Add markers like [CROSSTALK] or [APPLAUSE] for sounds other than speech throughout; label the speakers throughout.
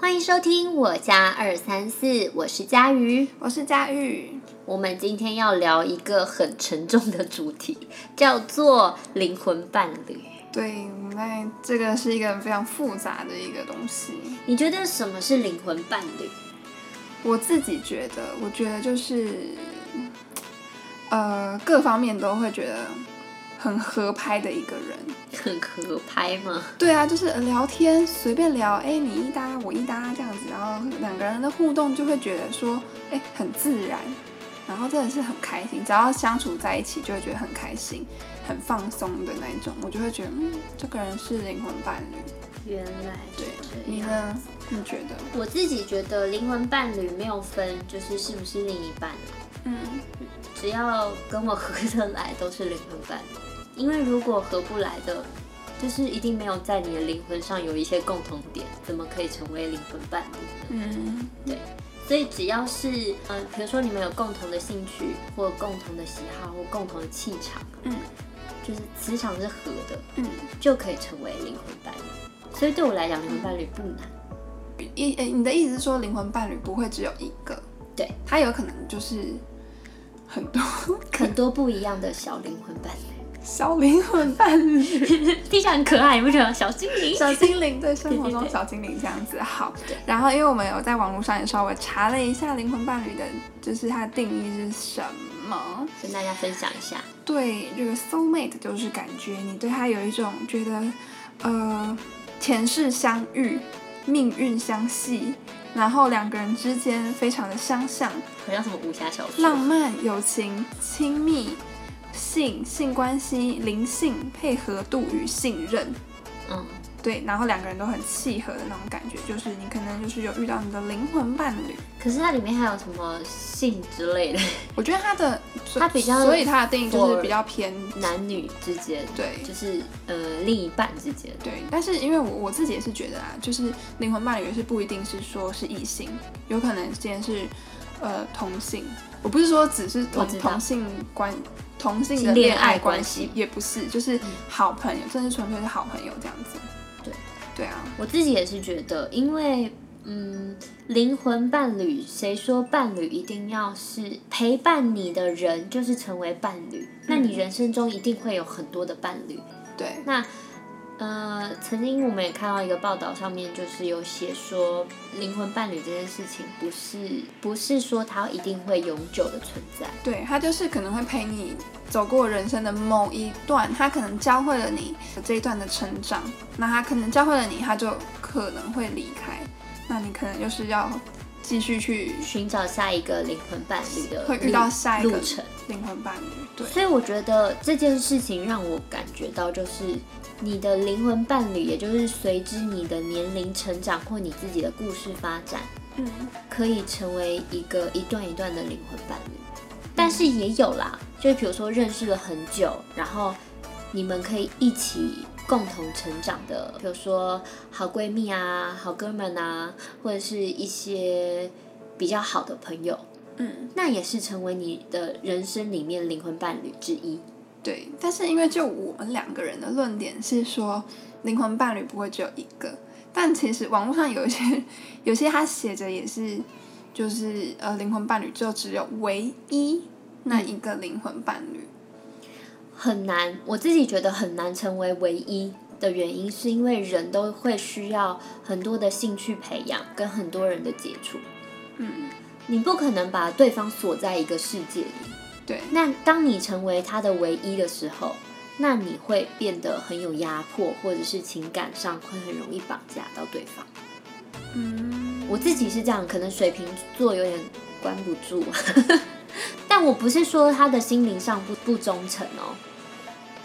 Speaker 1: 欢迎收听我家二三四，我是佳瑜。
Speaker 2: 我是佳玉，
Speaker 1: 我们今天要聊一个很沉重的主题， [LAUGHS] 叫做灵魂伴侣。
Speaker 2: 对，我们在这个是一个非常复杂的一个东西。
Speaker 1: 你觉得什么是灵魂伴侣？
Speaker 2: 我自己觉得，我觉得就是，呃，各方面都会觉得很合拍的一个人。
Speaker 1: 很合拍吗？
Speaker 2: 对啊，就是呃聊天随便聊，哎，你一搭我一搭这样子，然后两个人的互动就会觉得说，哎，很自然，然后真的是很开心，只要相处在一起就会觉得很开心、很放松的那一种，我就会觉得，嗯，这个人是灵魂伴侣。
Speaker 1: 原来是
Speaker 2: 对
Speaker 1: 这
Speaker 2: 你
Speaker 1: 样。
Speaker 2: 呢？你觉得？
Speaker 1: 我自己觉得灵魂伴侣没有分，就是是不是另一半、啊，
Speaker 2: 嗯，
Speaker 1: 只要跟我合得来都是灵魂伴侣。因为如果合不来的，就是一定没有在你的灵魂上有一些共同点，怎么可以成为灵魂伴侣呢？
Speaker 2: 嗯，
Speaker 1: 所以只要是嗯，比如说你们有共同的兴趣，或共同的喜好，或共同的气场，
Speaker 2: 嗯，
Speaker 1: 就是磁场是合的，
Speaker 2: 嗯，
Speaker 1: 就可以成为灵魂伴侣。所以对我来讲，灵魂伴侣不难。
Speaker 2: 一诶，你的意思是说灵魂伴侣不会只有一个？
Speaker 1: 对，
Speaker 2: 他有可能就是很 [LAUGHS] 多
Speaker 1: 很多不一样的小灵魂伴侣，
Speaker 2: 小灵魂伴侣、
Speaker 1: [LAUGHS] 听起来很可爱，你不觉得？小精灵，
Speaker 2: [LAUGHS] 小精灵，对生
Speaker 1: 对
Speaker 2: 活
Speaker 1: 对
Speaker 2: 中
Speaker 1: 对
Speaker 2: 小精灵这样子。好
Speaker 1: 对，
Speaker 2: 然后因为我们有在网络上也稍微查了一下灵魂伴侣的，就是它的定义是什么。
Speaker 1: 跟大家分享一下。
Speaker 2: 对这个 soul mate 就是感觉你对他有一种觉得，呃，前世相遇，命运相系，然后两个人之间非常的相像，
Speaker 1: 很像什么武侠小说，
Speaker 2: 浪漫、友情、亲密、性、性关系、灵性、配合度与信任。
Speaker 1: 嗯，
Speaker 2: 对，然后两个人都很契合的那种感觉，就是你可能就是有遇到你的灵魂伴侣。
Speaker 1: 可是它里面还有什么性之类的， [LAUGHS]
Speaker 2: 我觉得他的，
Speaker 1: 它比较
Speaker 2: 所以他的定义就是
Speaker 1: for-
Speaker 2: 比较偏
Speaker 1: 男女之间，
Speaker 2: 对
Speaker 1: 就是呃另一半之间，
Speaker 2: 对，但是因为我我自己也是觉得啊，就是灵魂伴侣也是不一定是说是异性，有可能今天是呃同性。我不是说只是
Speaker 1: 我
Speaker 2: 同
Speaker 1: 知道
Speaker 2: 同性关同性
Speaker 1: 是
Speaker 2: 的
Speaker 1: 恋
Speaker 2: 恋
Speaker 1: 爱
Speaker 2: 爱
Speaker 1: 关
Speaker 2: 关系
Speaker 1: 系，嗯
Speaker 2: 也不是，就是好朋友，甚至纯粹是好朋友这样子。
Speaker 1: 对，
Speaker 2: 对啊，
Speaker 1: 我自己也是觉得，因为嗯，灵魂伴侣，谁说伴侣一定要是陪伴你的人就是成为伴侣？那
Speaker 2: 嗯
Speaker 1: 你人生中一定会有很多的伴侣。
Speaker 2: 对，
Speaker 1: 那呃，曾经我们也看到一个报道，上面就是有写说，灵魂伴侣这件事情不是不是说它一定会永久的存在。
Speaker 2: 对他就是可能会陪你走过人生的某一段，他可能教会了你这一段的成长，那他可能教会了你，他就可能会离开，那你可能就是要继续去
Speaker 1: 寻找下一个灵魂伴侣的
Speaker 2: 会遇到
Speaker 1: 路
Speaker 2: 下一个
Speaker 1: 路程，
Speaker 2: 灵魂伴侣。对，
Speaker 1: 所以我觉得这件事情让我感觉到，就是你的灵魂伴侣，也就是随之你的年龄成长或你自己的故事发展，
Speaker 2: 嗯，
Speaker 1: 可以成为一个一段一段的灵魂伴侣。但是也有啦，就比如说认识了很久，然后你们可以一起共同成长的，比如说好闺蜜啊、好哥们啊，或者是一些比较好的朋友，
Speaker 2: 嗯，
Speaker 1: 那也是成为你的人生里面灵魂伴侣之一。
Speaker 2: 对。但是因为就我们两个人的论点是说，灵魂伴侣不会只有一个，但其实网络上有一些有些他写着也是，就是呃，灵魂伴侣就只有唯一那一个灵魂伴侣。
Speaker 1: 很难，我自己觉得很难成为唯一的原因，是因为人都会需要很多的兴趣培养，跟很多人的接触。
Speaker 2: 嗯，
Speaker 1: 你不可能把对方锁在一个世界里。
Speaker 2: 对，
Speaker 1: 那当你成为他的唯一的时候，那你会变得很有压迫，或者是情感上会很容易绑架到对方。
Speaker 2: 嗯，
Speaker 1: 我自己是这样，可能水瓶座有点关不住， [LAUGHS] 但我不是说他的心灵上不不忠诚哦。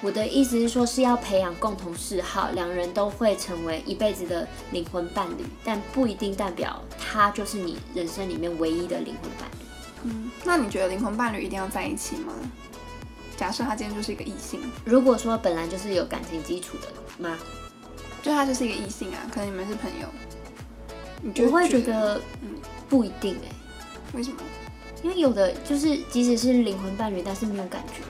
Speaker 1: 我的意思是说，是要培养共同嗜好，两人都会成为一辈子的灵魂伴侣，但不一定代表他就是你人生里面唯一的灵魂伴侣。
Speaker 2: 嗯，那你觉得灵魂伴侣一定要在一起吗？假设他今天就是一个异性，
Speaker 1: 如果说本来就是有感情基础的吗？
Speaker 2: 就他就是一个异性啊，可能你们是朋友，你就
Speaker 1: 我会觉
Speaker 2: 得
Speaker 1: 得
Speaker 2: 嗯
Speaker 1: 不一定哎、
Speaker 2: 为什么？ [LAUGHS]
Speaker 1: 因为有的就是即使是灵魂伴侣，但是没有感觉。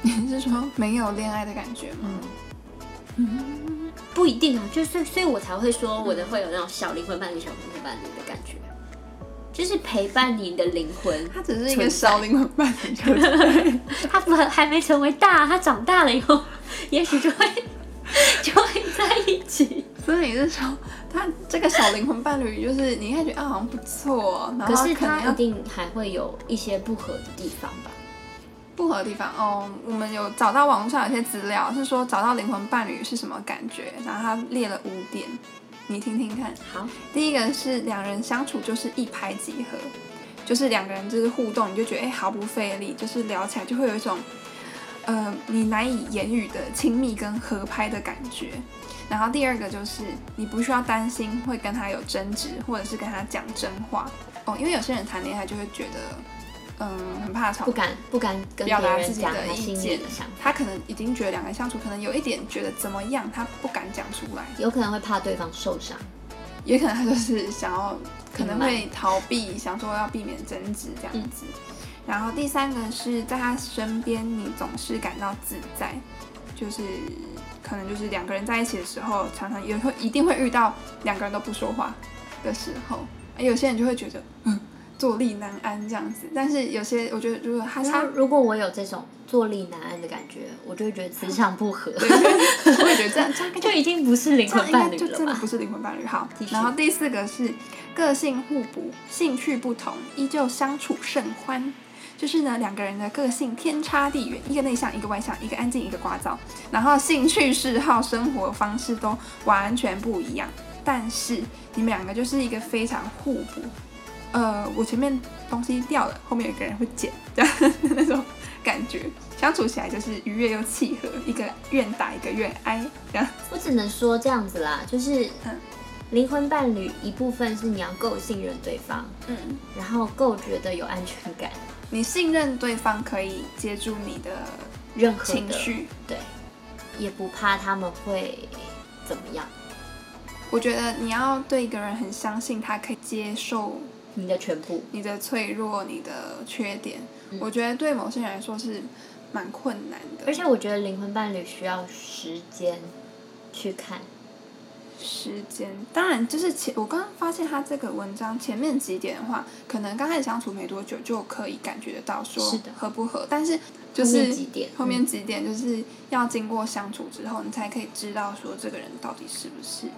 Speaker 2: 你是说没有恋爱的感觉吗？嗯，
Speaker 1: 不一定啊，就是所以所以我才会说我的会有那种小灵魂伴侣、小灵魂伴侣的感觉，就是陪伴你的灵
Speaker 2: [LAUGHS]
Speaker 1: 魂。
Speaker 2: 他只是一个小灵魂伴 [LAUGHS] 侣，就是
Speaker 1: 他不还没成为大，他长大了以后， [LAUGHS] 也许就会 [LAUGHS] 就会在一起。
Speaker 2: 所以你是说他这个小灵魂伴侣，就是你会觉得啊好像不错，然
Speaker 1: 可
Speaker 2: 后
Speaker 1: 是
Speaker 2: 可能
Speaker 1: 他
Speaker 2: 要
Speaker 1: 一定还会有一些不合的地方吧？
Speaker 2: 不合的地方哦。我们有找到网络上有些资料是说找到灵魂伴侣是什么感觉，然后他列了五点，你听听看。
Speaker 1: 好，
Speaker 2: 第一个是两人相处就是一拍即合，就是两个人就是互动，你就觉得哎毫不费力，就是聊起来就会有一种，呃，你难以言语的亲密跟合拍的感觉。然后第二个就是你不需要担心会跟他有争执，或者是跟他讲真话哦，因为有些人谈恋爱就会觉得，嗯，很怕吵
Speaker 1: 不敢不敢跟别
Speaker 2: 表达
Speaker 1: 人
Speaker 2: 自己
Speaker 1: 讲
Speaker 2: 的
Speaker 1: 他
Speaker 2: 意
Speaker 1: 心里
Speaker 2: 见
Speaker 1: 的想法，，
Speaker 2: 他可能已经觉得两个人相处可能有一点觉得怎么样，他不敢讲出来，
Speaker 1: 有可能会怕对方受伤。
Speaker 2: 也可能他就是想要，可能
Speaker 1: 隐瞒
Speaker 2: 会逃避，想说要避免争执这样子。然后第三个是在他身边，你总是感到自在，就是可能就是两个人在一起的时候，常常有时候一定会遇到两个人都不说话的时候，哎有些人就会觉得嗯坐立难安这样子。但是有些我觉得如果他
Speaker 1: 他
Speaker 2: 他
Speaker 1: 如果我有这种坐立难安的感觉，我就会觉得磁场不合，
Speaker 2: 对，我也觉得
Speaker 1: [LAUGHS]
Speaker 2: 这样这样
Speaker 1: 就已经不是灵
Speaker 2: 这样
Speaker 1: 魂
Speaker 2: 应
Speaker 1: 伴
Speaker 2: 该
Speaker 1: 侣
Speaker 2: 就
Speaker 1: 了
Speaker 2: 真的
Speaker 1: 吧
Speaker 2: 不？是灵魂伴侣。好
Speaker 1: 继，续
Speaker 2: 然后第四个是个性互补，兴趣不同，依旧相处甚欢。就是呢，两个人的个性天差地远，一个内向，一个外向，一个安静，一个聒噪，然后兴趣嗜好、生活方式都完全不一样。但是你们两个就是一个非常互补。呃，我前面东西掉了，后面有一个人会捡，这样那种感觉，相处起来就是愉悦又契合，一个愿打一个愿挨，这样。
Speaker 1: 我只能说这样子啦，就是
Speaker 2: 嗯
Speaker 1: 灵魂伴侣一部分是你要够信任对方，
Speaker 2: 嗯，
Speaker 1: 然后够觉得有安全感，
Speaker 2: 你信任对方可以接住你的
Speaker 1: 任何的
Speaker 2: 情绪，
Speaker 1: 对，也不怕他们会怎么样，
Speaker 2: 我觉得你要对一个人很相信，他可以接受
Speaker 1: 你的全部。
Speaker 2: 你的脆弱、你的缺点。
Speaker 1: 嗯
Speaker 2: 我觉得对某些人来说是蛮困难的，
Speaker 1: 而且我觉得灵魂伴侣需要时间去看，
Speaker 2: 时间，当然就是前我刚刚发现他这个文章前面几点的话，可能刚开始相处没多久就可以感觉得到说
Speaker 1: 是的
Speaker 2: 合不合，但是就
Speaker 1: 后
Speaker 2: 是
Speaker 1: 面几点
Speaker 2: 后面几点就是要经过相处之后，你才可以知道说这个人到底是不是。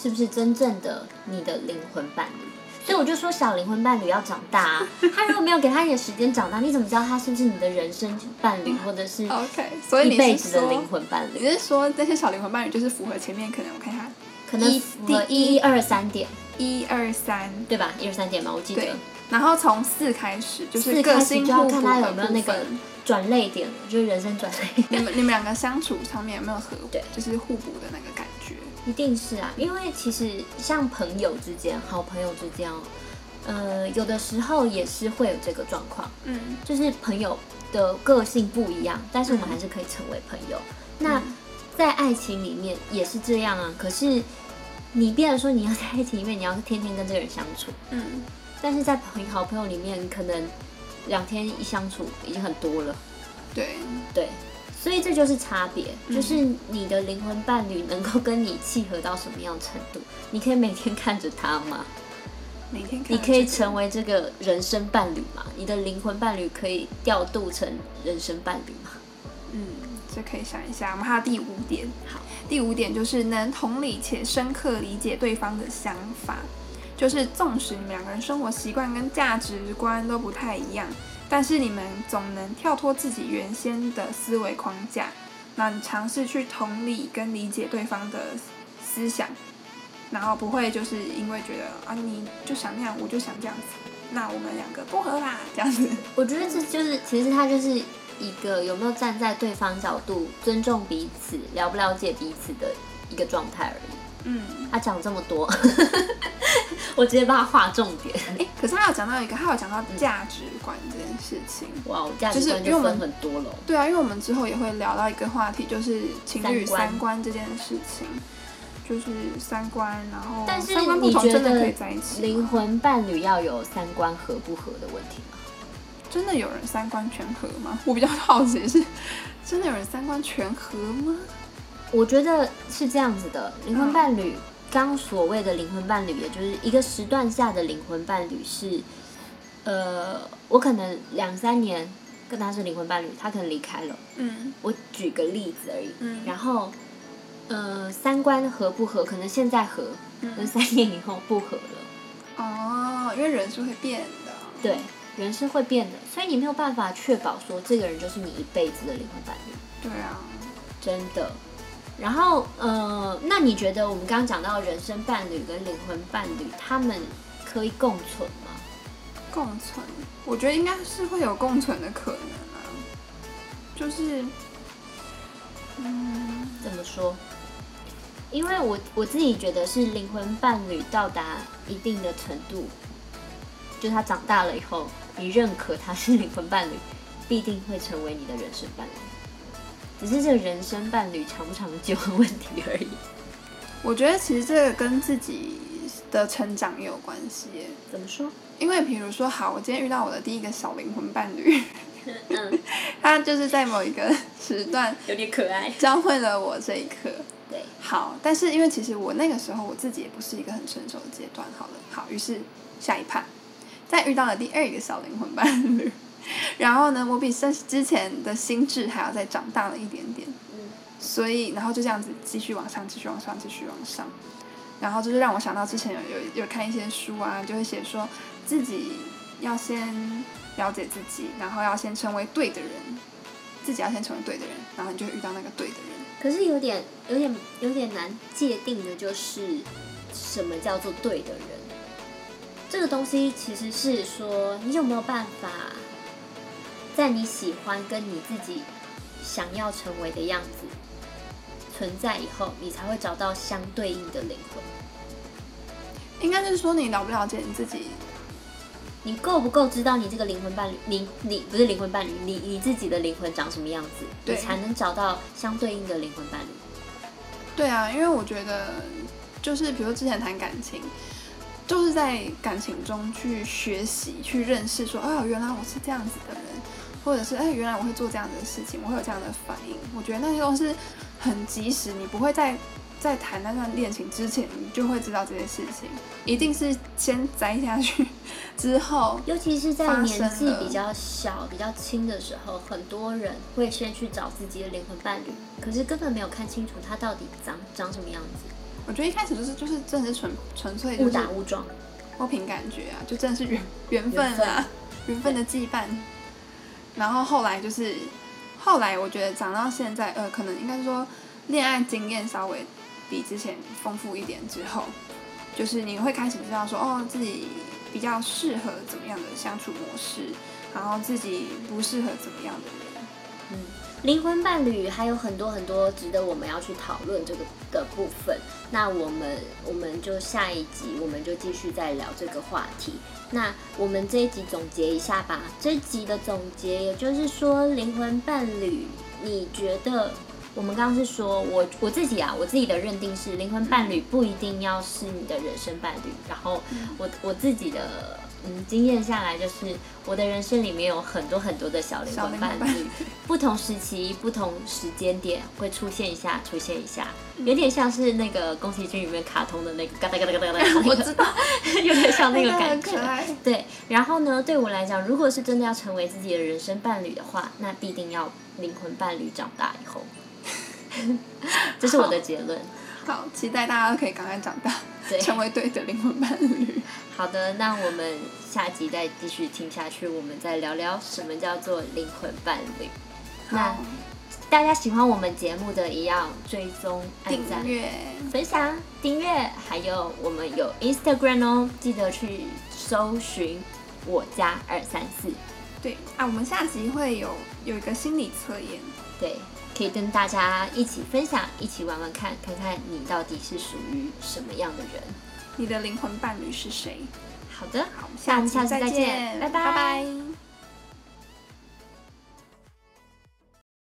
Speaker 1: 是不是真正的你的灵魂伴侣？所以我就说，小灵魂伴侣要长大、啊。 [LAUGHS] 他如果没有给他一点时间长大，你怎么知道他是不是你的人生伴侣，或者是
Speaker 2: OK，所以
Speaker 1: 嗯一辈
Speaker 2: 你
Speaker 1: 子
Speaker 2: 是
Speaker 1: 的
Speaker 2: 说
Speaker 1: 灵魂伴
Speaker 2: 你
Speaker 1: 侣？
Speaker 2: 是说这些小灵魂伴侣就是符合前面可能我看一下
Speaker 1: 可能
Speaker 2: 一
Speaker 1: 符合
Speaker 2: 第一
Speaker 1: 一一二三点，
Speaker 2: 一二三
Speaker 1: 对吧？一二三点嘛，我记得
Speaker 2: 对。，然后从四开始就是
Speaker 1: 四
Speaker 2: 个
Speaker 1: 开始
Speaker 2: 性
Speaker 1: 就要
Speaker 2: 互
Speaker 1: 看
Speaker 2: 补
Speaker 1: 他
Speaker 2: 的
Speaker 1: 有没有那
Speaker 2: 部
Speaker 1: 个
Speaker 2: 分。
Speaker 1: 转泪点了，就是人生转泪 [LAUGHS]
Speaker 2: 你
Speaker 1: 点，
Speaker 2: 们你们两个相处上面有没有合？
Speaker 1: 对
Speaker 2: 就是互补的那个感觉。
Speaker 1: 一定是啊。因为其实像朋友之间、好朋友之间哦，呃，有的时候也是会有这个状况。
Speaker 2: 嗯，
Speaker 1: 就是朋友的个性不一样，但是我们还是可以成为朋友。那在爱情里面也是这样啊，可是你变成说你要在爱情里面，你要天天跟这个人相处，
Speaker 2: 嗯，
Speaker 1: 但是在朋好朋友里面，可能两天一相处已经很多了，
Speaker 2: 对，
Speaker 1: 对。所以这就是差别，
Speaker 2: 嗯
Speaker 1: 就是你的灵魂伴侣能够跟你契合到什么样的程度？你可以每天看着他吗？
Speaker 2: 每天看
Speaker 1: 你
Speaker 2: 到
Speaker 1: 可以
Speaker 2: 这个
Speaker 1: 成为这个人生伴侣吗？你的灵魂伴侣可以调度成人生伴侣吗？
Speaker 2: 嗯，这可以想一下。我们还有第五点，
Speaker 1: 好，
Speaker 2: 第五点就是能同理且深刻理解对方的想法，就是纵使你们两个人生活习惯跟价值观都不太一样，但是你们总能跳脱自己原先的思维框架，那你尝试去同理跟理解对方的思想，然后不会就是因为觉得啊你就想那样，我就想这样子，那我们两个不合啦，这样子。
Speaker 1: 我觉得这就是，其实它就是一个有没有站在对方角度，尊重彼此，了不了解彼此的一个状态而已。
Speaker 2: 嗯。
Speaker 1: 他讲这么多， [LAUGHS] 我直接帮他划重点。
Speaker 2: 哎，可是他有讲到一个，他有讲到价值观这件事情。
Speaker 1: 哇，我价值
Speaker 2: 就是
Speaker 1: 观
Speaker 2: 因为我
Speaker 1: 就分
Speaker 2: 们
Speaker 1: 很多了哦。
Speaker 2: 对啊，因为我们之后也会聊到一个话题，就是情侣三观这件事情，就是三观，然后
Speaker 1: 但是
Speaker 2: 啊三观不
Speaker 1: 你
Speaker 2: 同
Speaker 1: 觉
Speaker 2: 真的
Speaker 1: 得
Speaker 2: 可以在一起吗
Speaker 1: 灵魂伴侣要有三观合不合的问题吗？
Speaker 2: 真的有人 [LAUGHS] 三观全合吗？我比较好奇是，真的有人三观全合吗？
Speaker 1: 我觉得是这样子的，灵
Speaker 2: 嗯
Speaker 1: 魂伴侣，刚所谓的灵魂伴侣，也就是一个时段下的灵魂伴侣是，呃，我可能两三年跟他是灵魂伴侣，他可能离开了，
Speaker 2: 嗯
Speaker 1: 我举个例子而已。
Speaker 2: 嗯
Speaker 1: 然后，呃，三观合不合，可能现在合，可是
Speaker 2: 嗯
Speaker 1: 三年以后不合了。
Speaker 2: 哦，因为人是会变的，
Speaker 1: 对，人是会变的，所以你没有办法确保说这个人就是你一辈子的灵魂伴侣。
Speaker 2: 对啊，
Speaker 1: 真的。然后，呃，那你觉得我们刚刚讲到人生伴侣跟灵魂伴侣，他们可以共存吗？
Speaker 2: 共存，我觉得应该是会有共存的可能啊，就是，嗯
Speaker 1: 怎么说？因为我我自己觉得是灵魂伴侣到达一定的程度，就他长大了以后，你认可他是灵魂伴侣，必定会成为你的人生伴侣。只是这个人生伴侣长不长久的问题而已。
Speaker 2: 我觉得其实这个跟自己的成长也有关系耶，
Speaker 1: 怎么说？
Speaker 2: 因为比如说，好，我今天遇到我的第一个小灵魂伴侣，
Speaker 1: 嗯，
Speaker 2: [LAUGHS] 他就是在某一个时段
Speaker 1: 有点可爱。
Speaker 2: 教会了我这一课。
Speaker 1: 对，
Speaker 2: 好，但是因为其实我那个时候我自己也不是一个很成熟的阶段，好了，好，于是下一趴，再遇到了第二个小灵魂伴侣，然后呢，我比之之前的心智还要再长大了一点点，
Speaker 1: 嗯
Speaker 2: 所以然后就这样子继续往上，继续往上，继续往上，然后就是让我想到之前有有有看一些书啊，就会写说自己要先了解自己，然后要先成为对的人，自己要先成为对的人，然后你就会遇到那个对的人。
Speaker 1: 可是有点、有点、有点难界定的，就是什么叫做对的人。这个东西其实是说，你有没有办法在你喜欢跟你自己想要成为的样子存在以后，你才会找到相对应的灵魂。
Speaker 2: 应该是说你了不了解你自己，
Speaker 1: 你够不够知道你这个灵魂伴侣，你你不是灵魂伴侣，你你自己的灵魂长什么样子，你
Speaker 2: 对
Speaker 1: 才能找到相对应的灵魂伴侣。
Speaker 2: 对啊，因为我觉得就是比如之前谈感情，就是在感情中去学习、去认识说，哦，原来我是这样子的人，或者是哎，原来我会做这样的事情，我会有这样的反应。我觉得那些都是很及时，你不会在在谈那段恋情之前，你就会知道这些事情，一定是先栽下去 [LAUGHS] 之后，
Speaker 1: 尤其是在
Speaker 2: 发
Speaker 1: 年
Speaker 2: 生
Speaker 1: 纪
Speaker 2: 了
Speaker 1: 比较小、比较轻的时候，很多人会先去找自己的灵魂伴侣，可是根本没有看清楚他到底长长什么样子，
Speaker 2: 我觉得一开始就是就是真的是纯纯粹就
Speaker 1: 误
Speaker 2: 是
Speaker 1: 打误撞。
Speaker 2: 我凭感觉啊，就真的是缘缘分啊，缘分的羁绊。然后后来就是，后来我觉得长到现在，呃，可能应该说恋爱经验稍微比之前丰富一点之后，就是你会开始知道说，哦，自己比较适合怎么样的相处模式，然后自己不适合怎么样的人。
Speaker 1: 嗯，灵魂伴侣还有很多很多值得我们要去讨论这个的部分。那我们我们就下一集我们就继续再聊这个话题。那我们这一集总结一下吧，这集的总结也就是说，灵魂伴侣，你觉得我们刚刚是说我我自己啊，我自己的认定是灵魂伴侣不一定要是你的人生伴侣，然后
Speaker 2: 嗯
Speaker 1: 我我自己的。嗯，经验下来就是我的人生里面有很多很多的小灵
Speaker 2: 小
Speaker 1: 魂
Speaker 2: 灵
Speaker 1: 伴
Speaker 2: 魂
Speaker 1: 侣， [LAUGHS] 不同时期、不同时间点会出现一下，出现一下，
Speaker 2: 嗯
Speaker 1: 有点像是那个宫崎骏里面卡通的那个嘎哒嘎哒嘎哒嘎哒，
Speaker 2: [LAUGHS] 我知道
Speaker 1: [LAUGHS] 有点像那个
Speaker 2: 哎
Speaker 1: 感
Speaker 2: 很可
Speaker 1: 觉。
Speaker 2: 爱。
Speaker 1: 对，然后呢，对我来讲，如果是真的要成为自己的人生伴侣的话，那必定要灵魂伴侣长大以后， [LAUGHS] 这是我的结论。
Speaker 2: 好，期待大家都可以赶快长大，
Speaker 1: 对，
Speaker 2: 成为对的灵魂伴侣。
Speaker 1: 好的，那我们下集再继续听下去，我们再聊聊什么叫做灵魂伴侣。那
Speaker 2: 好，
Speaker 1: 大家喜欢我们节目的，一样追踪、按
Speaker 2: 订
Speaker 1: 赞、
Speaker 2: 阅。
Speaker 1: 分享、订阅，还有我们有 Instagram 哦，记得去搜寻我家二三四，
Speaker 2: 对啊，我们下集会有有一个心理测验，
Speaker 1: 对，可以跟大家一起分享，一起玩玩看，看看你到底是属于什么样的人。
Speaker 2: 你的灵魂伴侣是谁？
Speaker 1: 好的，
Speaker 2: 好，
Speaker 1: 那我们
Speaker 2: 下
Speaker 1: 下
Speaker 2: 期
Speaker 1: 次再
Speaker 2: 见，
Speaker 1: 见拜拜
Speaker 2: 拜拜